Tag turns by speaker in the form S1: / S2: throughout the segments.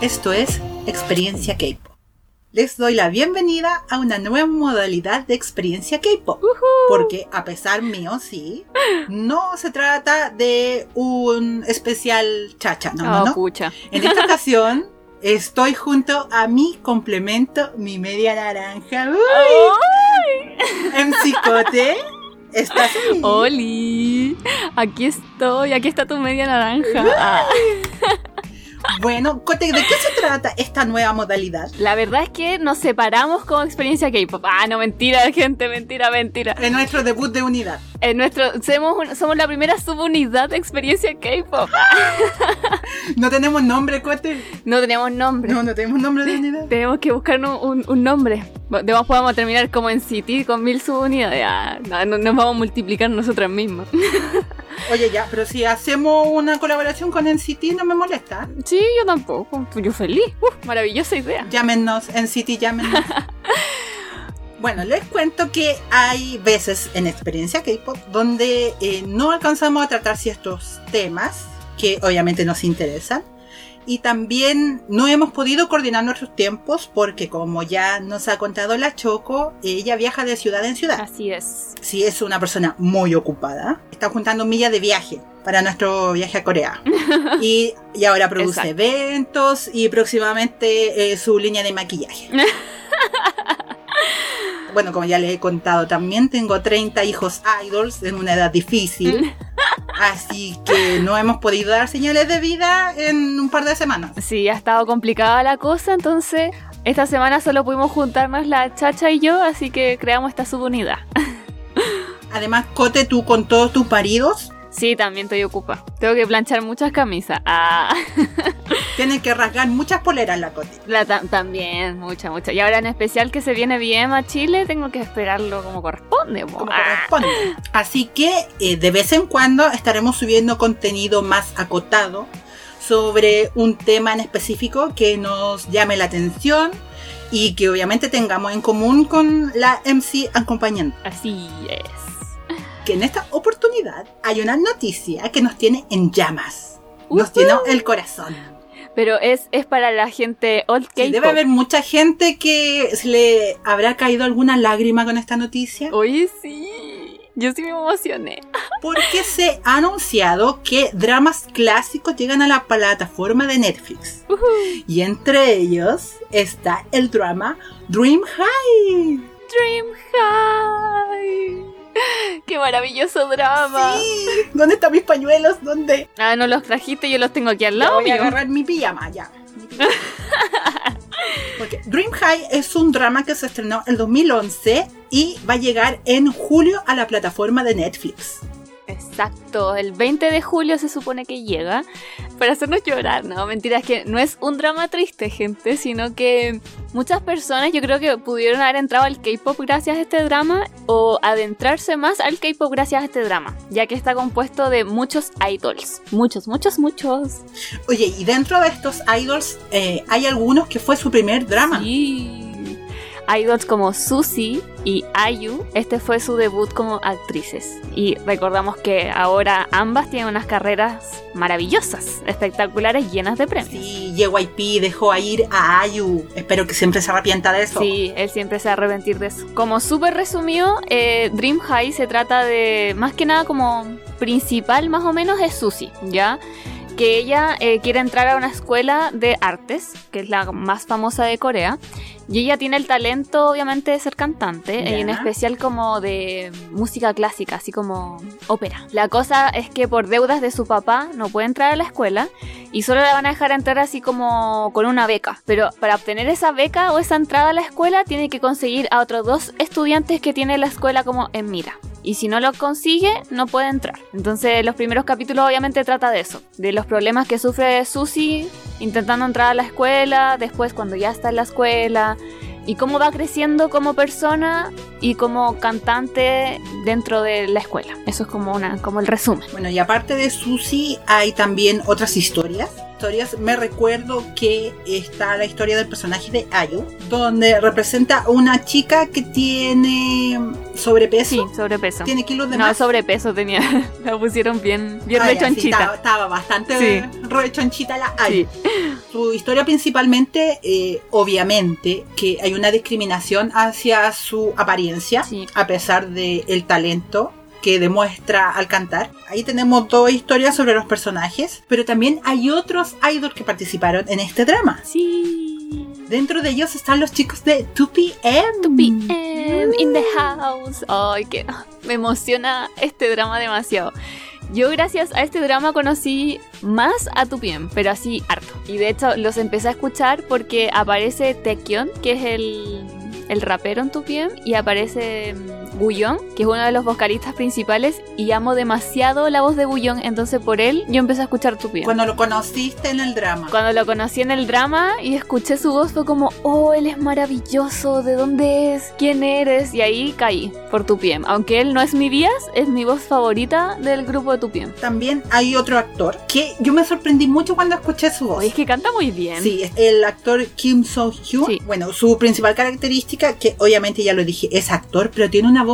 S1: Esto es Experiencia K-Pop. Les doy la bienvenida a una nueva modalidad de Experiencia K-Pop. Porque a pesar mío, sí, no se trata de un especial chacha, no, no,
S2: Oh,
S1: no.
S2: pucha.
S1: En esta ocasión estoy junto a mi complemento, mi media naranja. ¡Uy! En psicote. ¿Estás ahí?
S2: ¡Oli! Aquí estoy, aquí está tu media naranja. Ah.
S1: Bueno, Cote, ¿de qué se trata esta nueva modalidad?
S2: La verdad es que nos separamos como experiencia K-pop. Ah, no, mentira, gente, mentira, mentira.
S1: En nuestro debut de unidad.
S2: En nuestro, somos, un- somos la primera subunidad de experiencia K-pop.
S1: No tenemos nombre, Cote.
S2: No tenemos nombre.
S1: No, no tenemos nombre de unidad.
S2: Tenemos que buscar un, un- un nombre. Además, podemos terminar como en City con mil subunidades. Ah, no, no- nos vamos a multiplicar nosotras mismas.
S1: Oye, ya, pero si hacemos una colaboración con NCT, no me molesta.
S2: Sí, yo tampoco. Yo feliz. Uf, Uh, maravillosa idea.
S1: Llámenos, NCT, llámenos. Bueno, les cuento que hay veces en experiencia K-pop donde eh, no alcanzamos a tratar ciertos temas que obviamente nos interesan y también no hemos podido coordinar nuestros tiempos porque como ya nos ha contado la Choco, ella viaja de ciudad en ciudad.
S2: Así es.
S1: Si es una persona muy ocupada, está juntando millas de viaje para nuestro viaje a Corea. Y, y ahora produce
S2: Exacto.
S1: eventos y próximamente eh, su línea de maquillaje. bueno, como ya les he contado, también tengo 30 hijos idols en una edad difícil. Así que no hemos podido dar señales de vida en un par de semanas.
S2: Sí, ha estado complicada la cosa, entonces esta semana solo pudimos juntarnos la chacha y yo, así que creamos esta subunidad.
S1: Además, Cote, tú con todos tus paridos,
S2: Sí, también estoy ocupa. Tengo que planchar muchas camisas. Ah,
S1: tienes que rasgar muchas poleras la Cote.
S2: la tam- también, mucha, mucha. Y ahora en especial que se viene bien a Chile, tengo que esperarlo como corresponde. po.
S1: como
S2: Ah,
S1: corresponde. Así que eh, de vez en cuando estaremos subiendo contenido más acotado sobre un tema en específico que nos llame la atención y que obviamente tengamos en común con la MC acompañante.
S2: Ah, así es.
S1: Que en esta oportunidad hay una noticia que nos tiene en llamas. Nos
S2: Ujú.
S1: tiene el corazón.
S2: Pero es, es para la gente old
S1: Sí,
S2: K-pop.
S1: debe haber mucha gente que se le habrá caído alguna lágrima con esta noticia.
S2: Oye, sí. Yo sí me emocioné.
S1: Porque se ha anunciado que dramas clásicos llegan a la plataforma de Netflix.
S2: Ujú.
S1: Y entre ellos está el drama Dream High.
S2: Dream High. Qué maravilloso drama.
S1: Sí. ¿Dónde están mis pañuelos? ¿Dónde?
S2: Ah, no los trajiste, yo los tengo aquí al
S1: Ya
S2: lado.
S1: voy a
S2: mío.
S1: agarrar mi pijama ya. mi pijama. Porque Dream High es un drama que se estrenó en 2011 y va a llegar en julio a la plataforma de Netflix.
S2: Exacto, el 20 de julio se supone que llega para hacernos llorar. No, mentira, es que no es un drama triste, gente, sino que muchas personas yo creo que pudieron haber entrado al K-pop gracias a este drama o adentrarse más al K-pop gracias a este drama, ya que está compuesto de muchos idols. Muchos, muchos, muchos.
S1: Oye, y dentro de estos idols eh, hay algunos que fue su primer drama.
S2: Sí. Idols como Susie y Ayu, este fue su debut como actrices. Y recordamos que ahora ambas tienen unas carreras maravillosas, espectaculares, llenas de premios.
S1: Sí, JYP dejó a ir a Ayu. Espero que siempre se arrepienta de eso.
S2: Sí, él siempre se va a arrepentir de eso. Como súper resumido, eh, Dream High se trata de, más que nada como principal más o menos es Susie, ¿ya? Que ella eh, quiere entrar a una escuela de artes, que es la más famosa de Corea, y ella tiene el talento obviamente de ser cantante,
S1: Ya.
S2: y en especial como de música clásica, así como ópera. La cosa es que por deudas de su papá no puede entrar a la escuela, y solo la van a dejar entrar así como con una beca. Pero para obtener esa beca o esa entrada a la escuela tiene que conseguir a otros dos estudiantes que tiene la escuela como en mira. Y si no lo consigue, no puede entrar. Entonces los primeros capítulos obviamente trata de eso, de los problemas que sufre Susie intentando entrar a la escuela, después cuando ya está en la escuela, y cómo va creciendo como persona y como cantante dentro de la escuela. Eso es como, una, como el resumen.
S1: Bueno, y aparte de Susi, hay también otras historias. Historias, me recuerdo que está la historia del personaje de Ayu, donde representa a una chica que tiene sobrepeso,
S2: Sí, sobrepeso.
S1: tiene kilos de
S2: No,
S1: más.
S2: sobrepeso tenía. La pusieron bien, bien
S1: Ah, ya, sí,
S2: rechonchita.
S1: estaba, estaba bastante
S2: Sí.
S1: rechonchita la Ayu.
S2: Sí.
S1: su historia principalmente, eh, obviamente, que hay una discriminación hacia su apariencia,
S2: Sí.
S1: a pesar del talento que demuestra al cantar. Ahí tenemos dos historias sobre los personajes, pero también hay otros idols que participaron en este drama.
S2: Sí.
S1: Dentro de ellos están los chicos de 2PM.
S2: 2PM in the house. Ay, que me emociona este drama demasiado. Yo gracias a este drama conocí más a 2PM, pero así harto. Y de hecho los empecé a escuchar porque aparece Taekyon, que es el, el rapero en 2PM, y aparece mm, Guyon, que es uno de los vocalistas principales, y amo demasiado la voz de Guyon, entonces por él yo empecé a escuchar 2PM.
S1: Cuando lo conociste en el drama.
S2: Cuando lo conocí en el drama y escuché su voz fue como, oh, él es maravilloso, ¿de dónde es? ¿Quién eres? Y ahí caí por tu pie. Aunque él no es mi Díaz, es mi voz favorita del grupo de tu pie.
S1: También hay otro actor que yo me sorprendí mucho cuando escuché su voz.
S2: Oye, es que canta muy bien.
S1: Sí, el actor Kim So-hyun.
S2: Sí.
S1: Bueno, su principal característica, que obviamente ya lo dije, es actor, pero tiene una voz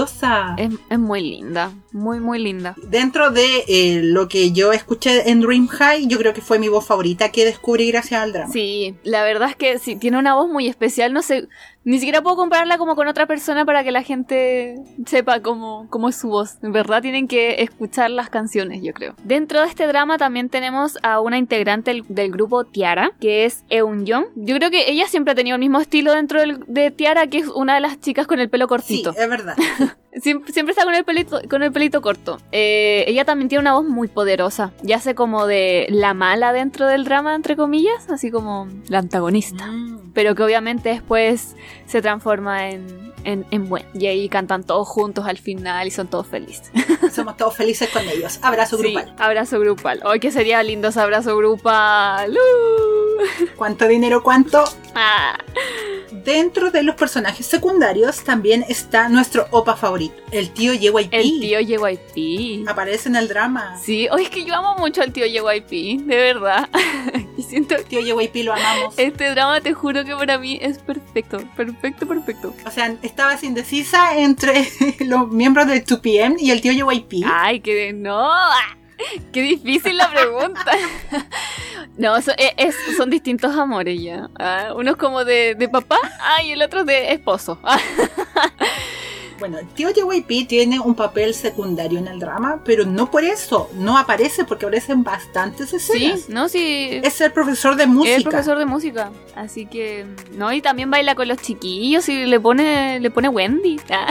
S1: maravillosa.
S2: Es, es muy linda, muy, muy linda.
S1: Dentro de eh, lo que yo escuché en Dream High, yo creo que fue mi voz favorita que descubrí gracias al drama.
S2: Sí, la verdad es que sí, tiene una voz muy especial, no sé, ni siquiera puedo compararla como con otra persona para que la gente sepa cómo, cómo es su voz. En verdad tienen que escuchar las canciones, yo creo. Dentro de este drama también tenemos a una integrante del, del grupo Tiara, que es Eun Young. Yo creo que ella siempre ha tenido el mismo estilo dentro del- de Tiara, que es una de las chicas con el pelo
S1: Sí,
S2: cortito.
S1: es verdad.
S2: Siem- Siempre está con el pelito, con el pelito corto. Eh, ella también tiene una voz muy poderosa. Ya hace como de la mala dentro del drama, entre comillas, así como la antagonista.
S1: Mm.
S2: Pero que obviamente después se transforma en, en, en buen. Y ahí cantan todos juntos al final y son todos felices.
S1: Somos todos felices con ellos. Abrazo
S2: Sí,
S1: grupal.
S2: abrazo grupal. Hoy que sería lindo ese abrazo grupal. ¡Uh!
S1: ¿Cuánto dinero, cuánto?
S2: Ah.
S1: Dentro de los personajes secundarios también está nuestro opa favorito, el tío JYP.
S2: el tío JYP.
S1: Aparece en el drama.
S2: Sí, hoy es que yo amo mucho al tío JYP, de verdad. y siento
S1: Tío JYP lo amamos.
S2: Este drama te juro que para mí es perfecto, perfecto, perfecto.
S1: O sea, estabas indecisa entre los miembros de 2PM y el tío JYP.
S2: Ay, que no. ah, Qué difícil la pregunta. No, so- e- es- son distintos amores ya. Ah, uno es como de, de papá ah, y el otro de esposo. Ah,
S1: Bueno, el tío JYP tiene un papel secundario en el drama, pero no por eso, no aparece porque aparece en bastantes
S2: sí,
S1: escenas.
S2: no, sí.
S1: Es el profesor de música.
S2: Es profesor de música, así que no y también baila con los chiquillos y le pone le pone Wendy. Ah,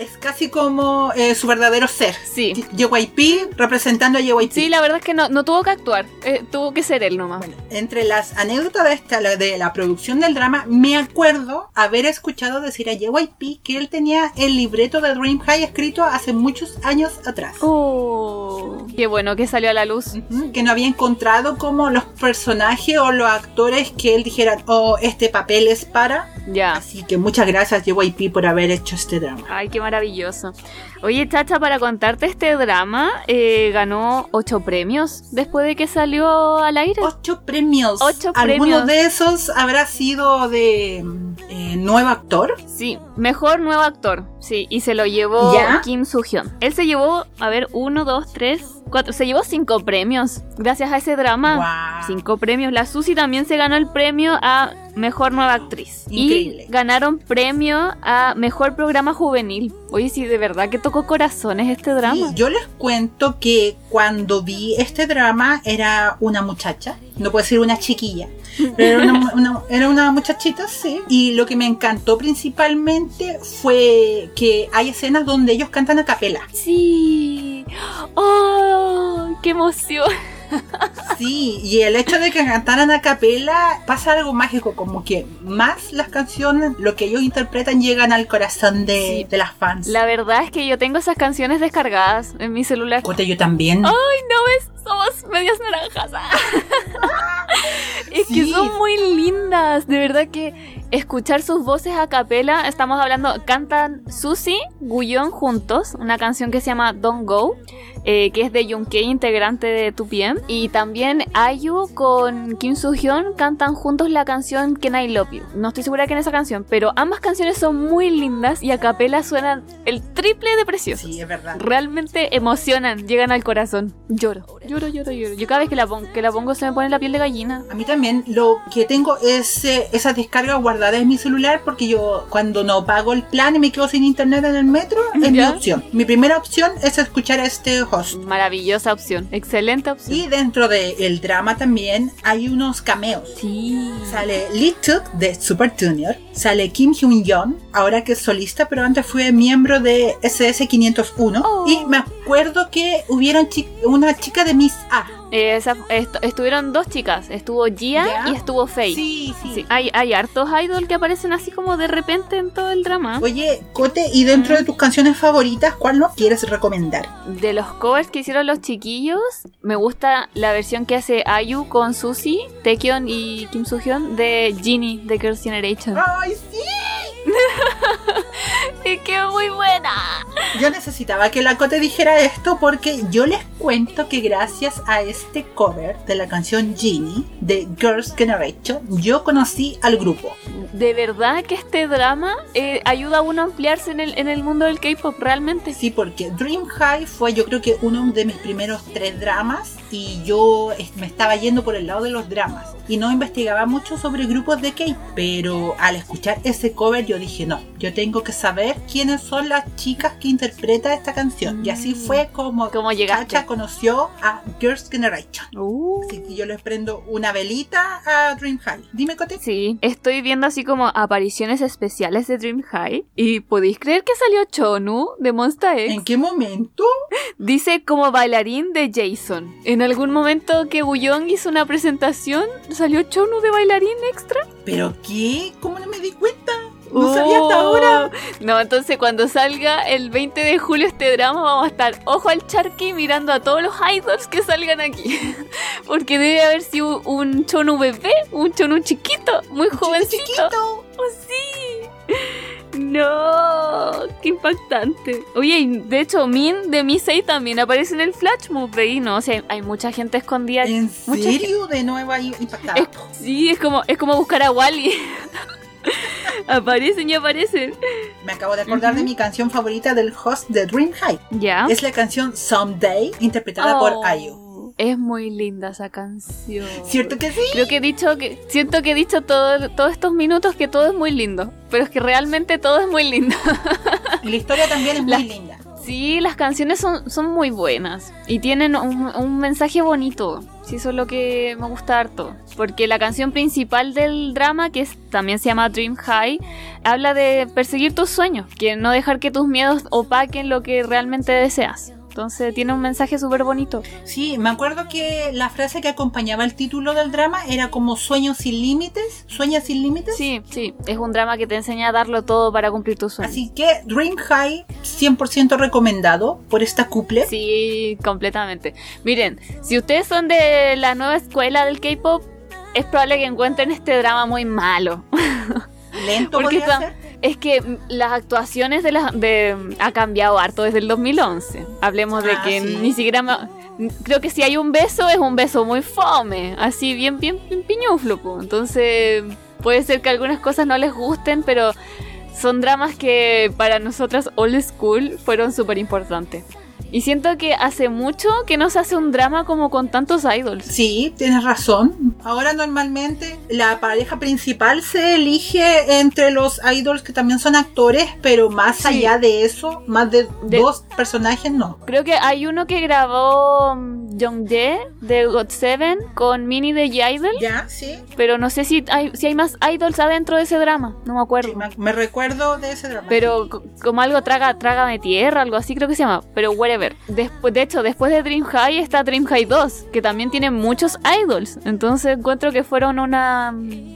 S1: Es casi como eh, su verdadero ser.
S2: sí,
S1: JYP representando a JYP.
S2: sí, la verdad es que no, no tuvo que actuar, eh, tuvo que ser él nomás.
S1: Bueno, entre las anécdotas de, esta, la- de la producción del drama, me acuerdo haber escuchado decir a JYP que él tenía el libreto de Dream High escrito hace muchos años atrás.
S2: Oh, qué bueno que salió a la luz.
S1: Ujú, que no había encontrado como los personajes o los actores que él dijera, oh, este papel es para.
S2: Ya.
S1: Así que muchas gracias JYP por haber hecho este drama.
S2: Ay, qué maravilloso. Oye, Chacha, para contarte este drama, eh, ganó ocho premios después de que salió al aire.
S1: Ocho premios.
S2: Ocho
S1: Alguno
S2: premios.
S1: de esos habrá sido de mm, eh, nuevo actor.
S2: Sí, mejor nuevo actor. Sí, y se lo llevó
S1: ¿Ya?
S2: Kim Soo-hyun. Él se llevó, a ver, uno, dos, tres, cuatro. Se llevó cinco premios gracias a ese drama.
S1: Guau.
S2: Cinco premios. La Susi también se ganó el premio a Mejor Nueva Actriz.
S1: Increíble.
S2: Y ganaron premio a Mejor Programa Juvenil. Oye, sí, de verdad que tocó corazones este drama.
S1: Sí, yo les cuento que cuando vi este drama era una muchacha, no puedo decir una chiquilla, pero era una, una- era una muchachita, sí. Y lo que me encantó principalmente fue que hay escenas donde ellos cantan a capela.
S2: Sí. ¡Oh! ¡Qué emoción!
S1: Sí, y el hecho de que cantaran a capela pasa algo mágico, como que más las canciones, lo que ellos interpretan, llegan al corazón de,
S2: Sí.
S1: de las fans.
S2: La verdad es que yo tengo esas canciones descargadas en mi celular.
S1: Corte, yo también.
S2: ¡Ay, no ves! Somos medias naranjas. es que
S1: Sí.
S2: son muy lindas. De verdad que escuchar sus voces a capela, estamos hablando, cantan Susi, Guyon juntos, una canción que se llama Don't Go. eh, que es de Junkei, integrante de 2PM. Y también Ayu con Kim Soo Hyun cantan juntos la canción Can I Love You. No estoy segura que en esa canción, pero ambas canciones son muy lindas y a capela suenan el triple de preciosas.
S1: Sí, es verdad.
S2: Realmente emocionan, llegan al corazón. Lloro, lloro, lloro, lloro. Yo cada vez que la, pon- que la pongo se me pone la piel de gallina.
S1: A mí también lo que tengo es eh, esas descargas guardadas en mi celular porque yo cuando no pago el plan y me quedo sin internet en el metro, es mi
S2: ¿Ya?
S1: opción. Mi primera opción es escuchar a este host.
S2: Maravillosa opción, excelente opción.
S1: Y dentro del drama también hay unos cameos.
S2: Sí.
S1: Sale Lee Tuk de Super Junior, sale Kim Hyun Young, ahora que es solista, pero antes fue miembro de SS501.
S2: Oh.
S1: Y me acuerdo que hubieron chi- una chica de Miss A.
S2: Eh, esa- est- estuvieron dos chicas, estuvo Gia
S1: ¿Ya?
S2: y estuvo Faye.
S1: Sí, sí.
S2: Sí, Hay, hay hartos idol que aparecen así como de repente en todo el drama.
S1: Oye, Cote, y dentro de tus canciones favoritas, ¿cuál nos quieres recomendar?
S2: De los covers que hicieron los chiquillos, me gusta la versión que hace Ayu con Suzy, Taekyon y Kim Soo Hyun de Genie de Girls' Generation.
S1: ¡Ay, sí!
S2: Es que es muy buena.
S1: Yo necesitaba que la Cote dijera esto porque yo les cuento que gracias a este cover de la canción Genie de Girls' Generation, yo conocí al grupo.
S2: De verdad que este drama eh, ayuda a uno a ampliarse en el, en el mundo del K-pop, realmente.
S1: Sí, porque Dream High fue yo creo que uno de mis primeros tres dramas y yo es- me estaba yendo por el lado de los dramas y no investigaba mucho sobre grupos de K, pero al escuchar ese cover yo dije, no, yo tengo que saber quiénes son las chicas que interpretan esta canción. Y así fue como
S2: Mm. ¿Cómo llegaste?
S1: Chacha conoció a Girls' Generation.
S2: Uh.
S1: Así que yo les prendo una velita a Dream High. Dime, Cote.
S2: Sí, estoy viendo así como apariciones especiales de Dream High. ¿Y podéis creer que salió Chonu de Monsta X?
S1: ¿En qué momento?
S2: Dice como bailarín de Jason. En algún momento que Bullón hizo una presentación, salió Chonu de bailarín extra.
S1: ¿Pero qué? ¿Cómo no me di cuenta? No sabía hasta
S2: Oh,
S1: ahora.
S2: No, entonces cuando salga el 20 de julio este drama, vamos a estar ojo al charqui mirando a todos los idols que salgan aquí. Porque debe haber sido un Chonu bebé, un Chonu chiquito, muy jovencito.
S1: Chiquito.
S2: ¡Oh, sí! ¡No! ¡Qué impactante! Oye, y de hecho, Min de Misei también aparece en el Flash Move, ¿veí? ¿no? O sea, hay mucha gente escondida.
S1: ¿En
S2: Mucha
S1: serio? De nuevo ahí impactada.
S2: Es- Sí, es como, es como buscar a Wally. aparecen y aparecen.
S1: Me acabo de acordar de
S2: Ujú.
S1: mi canción favorita del host de Dream High.
S2: ¿Ya?
S1: Es la canción Someday, interpretada
S2: Oh,
S1: por Ayu.
S2: Es muy linda esa canción.
S1: ¿Cierto que sí?
S2: Creo que he dicho que siento que he dicho todo, todos estos minutos que todo es muy lindo, pero es que realmente todo es muy lindo.
S1: Y la historia también es muy
S2: La-
S1: linda.
S2: Sí, las canciones son, son muy buenas y tienen un, un mensaje bonito. Sí, eso es lo que me gusta harto. Porque la canción principal del drama, que es- también se llama Dream High, habla de perseguir tus sueños, que no dejar que tus miedos opaquen lo que realmente deseas. Entonces tiene un mensaje súper bonito.
S1: Sí, me acuerdo que la frase que acompañaba el título del drama era como sueños sin límites, sueñas sin límites.
S2: Sí, sí, es un drama que te enseña a darlo todo para cumplir tus sueños.
S1: Así que Dream High 100% recomendado por esta couple.
S2: Sí, completamente. Miren, si ustedes son de la nueva escuela del K-pop, es probable que encuentren este drama muy malo.
S1: Lento
S2: Porque
S1: podría
S2: tam-
S1: ser.
S2: Es que mm, las actuaciones de las de ha cambiado harto desde el 2011. Hablemos de
S1: Ah,
S2: que
S1: sí.
S2: ni siquiera ma- creo que si hay un beso es un beso muy fome, así bien bien, bien piñuflo, po. Entonces, puede ser que algunas cosas no les gusten, pero son dramas que para nosotras old school fueron súper importantes. Y siento que hace mucho que no se hace un drama como con tantos idols.
S1: Sí, tienes razón. Ahora normalmente la pareja principal se elige entre los idols que también son actores, pero más
S2: Sí.
S1: allá de eso, más de,
S2: De-
S1: dos personajes no.
S2: Creo que hay uno que grabó mm, Jongdae de God Seven con Mini de Idol.
S1: Ya, sí.
S2: Pero no sé si hay, si hay más idols adentro de ese drama. No me acuerdo.
S1: Sí, me- me recuerdo de ese drama.
S2: Pero co- como algo traga, trágame tierra, algo así creo que se llama. Pero whatever. Después, de hecho, después de Dream High está Dream High 2, que también tiene muchos idols. Entonces encuentro que fueron una,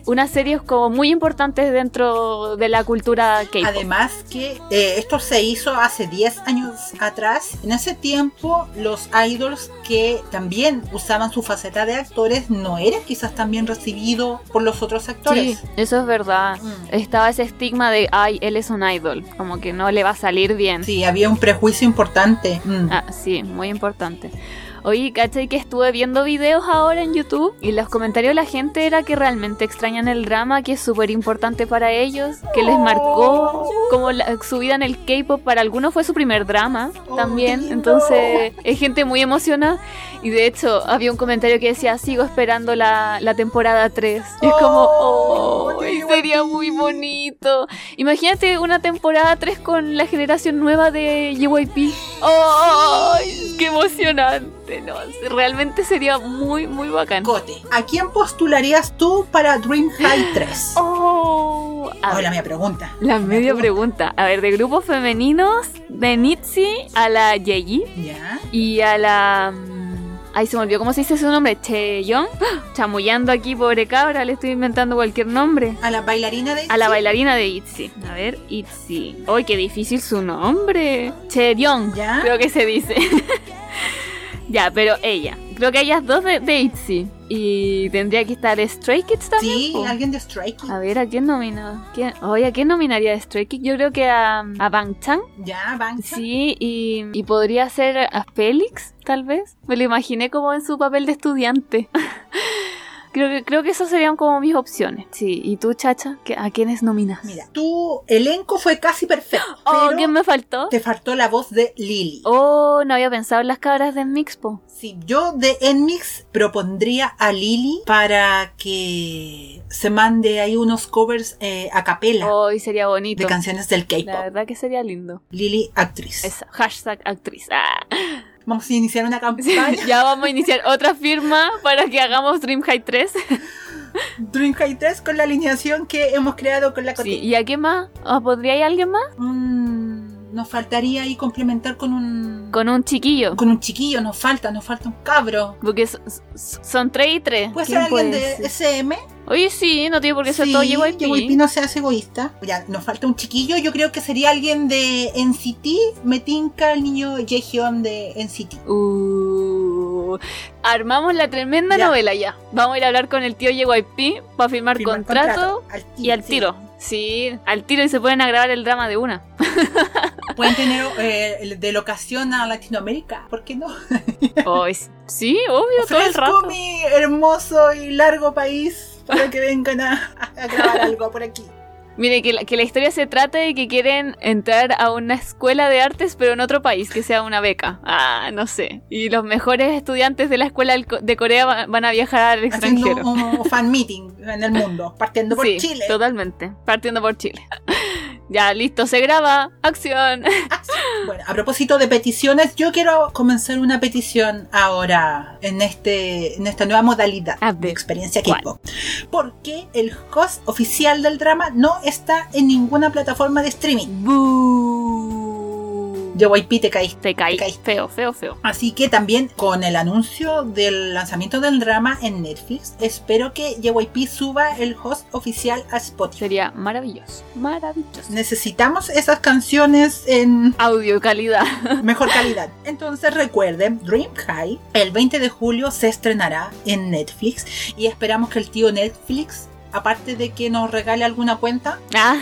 S2: unas series como muy importantes dentro de la cultura K-pop.
S1: Además que eh, esto se hizo hace 10 años atrás. En ese tiempo los idols que también usaban su faceta de actores no eran quizás tan bien recibidos por los otros
S2: Sí,
S1: actores.
S2: eso es verdad.
S1: Mm.
S2: Estaba ese estigma de, ay, él es un idol. Como que no le va a salir bien.
S1: Sí, había un prejuicio importante. Sí. mm.
S2: Ah, sí, muy importante. Oye, ¿cachai que estuve viendo videos ahora en YouTube? Y los comentarios de la gente era que realmente extrañan el drama, que es súper importante para ellos, que les marcó como la, su vida en el K-pop. Para algunos fue su primer drama también. Entonces, es gente muy emocionada. Y de hecho, había un comentario que decía, sigo esperando la, la temporada 3. Y es como, oh, sería muy bonito. Imagínate una temporada 3 con la generación nueva de JYP. ¡Oh, qué emocionante! No, realmente sería muy, muy bacán.
S1: Cote, ¿a quién postularías tú para Dream High 3?
S2: Oh, a
S1: Ahora
S2: ver,
S1: la media pregunta.
S2: la media pregunta. A ver, de grupos femeninos, de Nitsi a la Yeji
S1: Ya.
S2: y a la. mm, Ay, se me olvidó cómo se dice su nombre, Cheyong. Chamullando aquí, pobre cabra, le estoy inventando cualquier nombre.
S1: A la bailarina de.
S2: A la bailarina de Itzy. A ver, Itzy. ¡Ay, qué difícil su nombre! Cherion,
S1: ¿Ya?
S2: creo que se dice. ya, pero ella. Creo que ellas dos de, de Itzy. Y tendría que estar Stray Kids también.
S1: Sí,
S2: po.
S1: alguien de Stray Kids.
S2: A ver, ¿a quién nominó? ¿Quién? Oye, ¿a quién nominaría de Stray Kids? Yo creo que a, a Bang Chan.
S1: Ya, Bangsa.
S2: Sí, y, y podría ser a Félix, tal vez. Me lo imaginé como en su papel de estudiante. creo, que, creo que esas serían como mis opciones. Sí, ¿y tú, Chacha? ¿Qué- ¿A quiénes nominas?
S1: Mira, tu elenco fue casi perfecto.
S2: Oh,
S1: pero
S2: ¿quién me faltó?
S1: te faltó la voz de Lily.
S2: Oh, no había pensado en las cabras de Mixpo.
S1: Si yo de Enmix propondría a Lily para que se mande ahí unos covers eh, a capela
S2: Hoy sería Oh, bonito.
S1: de canciones del
S2: La
S1: K-pop.
S2: verdad que sería lindo.
S1: Lily, actriz.
S2: Esa, hashtag actriz. Ah.
S1: Vamos a iniciar una campaña.
S2: ya vamos a iniciar otra firma para que hagamos Dream High 3.
S1: Dream High 3 con la alineación que hemos creado con la
S2: Sí,
S1: cotilla.
S2: ¿Y a qué más? ¿O ¿Podría ir alguien más?
S1: Mm, nos faltaría ahí complementar con un.
S2: Con un chiquillo.
S1: con un chiquillo, nos falta, nos falta un cabro.
S2: Porque s- s- son 3 y 3.
S1: ¿Puede ser alguien de SM?
S2: Oye, sí, no tiene por qué ser todo
S1: Sí,
S2: JYP.
S1: JYP no seas egoísta. Ya, nos falta un chiquillo. Yo creo que sería alguien de NCT. Me tinca el niño Jaehyun de NCT.
S2: Uh, armamos la tremenda
S1: Ya.
S2: novela ya. Vamos a ir a hablar con el tío JYP para firmar,
S1: Firmar
S2: contrato,
S1: al tiro,
S2: y al
S1: sí.
S2: tiro. Sí, al tiro y se pueden a grabar el drama de una.
S1: Pueden tener eh, de locación a Latinoamérica. ¿Por qué no?
S2: Oh, es- sí, obvio, todo el
S1: Ofrezco
S2: rato.
S1: mi hermoso y largo país para que vengan a, a grabar algo por aquí.
S2: Mire, que la, que la historia se trata de que quieren entrar a una escuela de artes, pero en otro país, que sea una beca. Ah, no sé. Y los mejores estudiantes de la escuela del co- de Corea va- van a viajar al extranjero.
S1: Haciendo un fan meeting en el mundo, partiendo por
S2: sí,
S1: Chile.
S2: Totalmente, partiendo por Chile. ya, listo, se graba. Acción.
S1: Ah, Bueno, a propósito de peticiones, yo quiero comenzar una petición ahora en este en esta nueva modalidad
S2: A
S1: de
S2: ver,
S1: experiencia
S2: Ah, ¿cuál?
S1: K-pop. Porque el host oficial del drama no está en ninguna plataforma de streaming.
S2: Bu.
S1: JYP te caíste.
S2: Te caí.
S1: Te caí.
S2: Feo, feo, feo.
S1: Así que también con el anuncio del lanzamiento del drama en Netflix, espero que JYP suba el host oficial a Spotify.
S2: Sería maravilloso. Maravilloso.
S1: Necesitamos esas canciones en
S2: Audio calidad.
S1: mejor calidad. Entonces recuerden, Dream High el 20 de julio se estrenará en Netflix y esperamos que el tío Netflix, aparte de que nos regale alguna cuenta,
S2: Ah,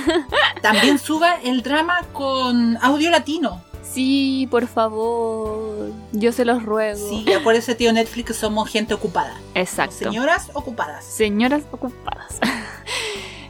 S1: también suba el drama con audio latino.
S2: sí, por favor. Yo se los ruego.
S1: Sí, y acuérdese tío Netflix que somos gente ocupada,
S2: Exacto.
S1: señoras ocupadas.
S2: Señoras ocupadas.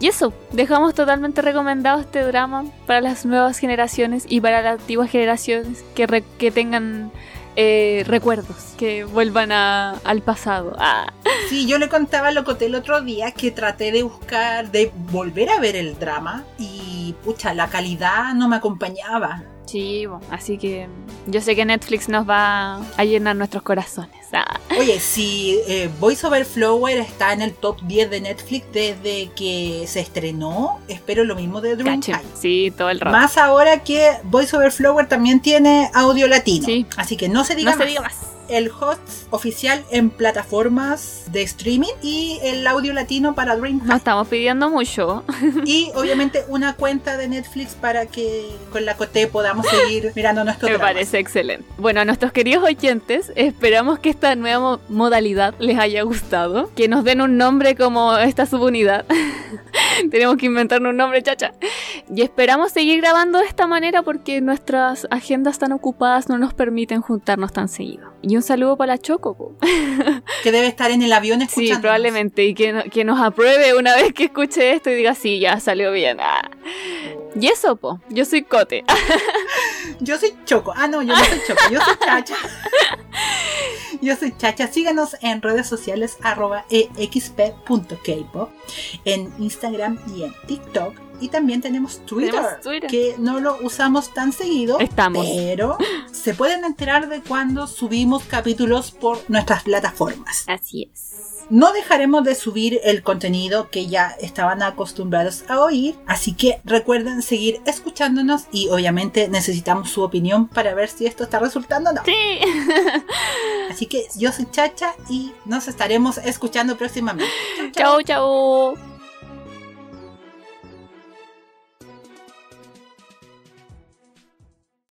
S2: Y eso, dejamos totalmente recomendado este drama para las nuevas generaciones y para las antiguas generaciones que, re- que tengan eh, recuerdos, que vuelvan a- al pasado. Ah,
S1: Sí, yo le contaba a Locote el otro día que traté de buscar, de volver a ver el drama y pucha, la calidad no me acompañaba.
S2: chivo. Así que yo sé que Netflix nos va a llenar nuestros corazones. Ah,
S1: Oye, si eh, Voice Over Flower está en el top 10 de Netflix desde que se estrenó, espero lo mismo de Dream
S2: cachen.
S1: High.
S2: Sí, todo el rato.
S1: Más ahora que Voice Over Flower también tiene audio latino.
S2: Sí.
S1: Así que no se diga
S2: No se
S1: más.
S2: diga más.
S1: el host oficial en plataformas de streaming y el audio latino para
S2: No
S1: Dreamcast.
S2: estamos pidiendo mucho.
S1: y obviamente una cuenta de Netflix para que con la Coté podamos seguir mirando nuestros
S2: Me
S1: dramas.
S2: parece excelente. Bueno, a nuestros queridos oyentes, esperamos que esta nueva mo- modalidad les haya gustado. Que nos den un nombre como esta subunidad. Tenemos que inventarnos un nombre, chacha. Y esperamos seguir grabando de esta manera porque nuestras agendas tan ocupadas no nos permiten juntarnos tan seguido. Y un saludo para la Choco. po.
S1: Que debe estar en el avión escuchando.
S2: Sí, probablemente. Y que, no- que nos apruebe una vez que escuche esto y diga, sí, ya salió bien. Ah. Y eso, po. Yo soy Cote.
S1: Yo soy Choco. Ah, no, yo no soy Choco, yo soy Chacha. Yo soy Chacha. Síganos en redes sociales arroba exp.kpop, en Instagram y en TikTok. Y también tenemos Twitter,
S2: Tenemos Twitter.
S1: que no lo usamos tan seguido.
S2: Estamos.
S1: Pero se pueden enterar de cuando subimos capítulos por nuestras plataformas.
S2: Así es.
S1: No dejaremos de subir el contenido que ya estaban acostumbrados a oír, así que recuerden seguir escuchándonos y obviamente necesitamos su opinión para ver si esto está resultando o no.
S2: Sí.
S1: Así que yo soy Chacha y nos estaremos escuchando próximamente. Chau, chau.
S2: chau, chau.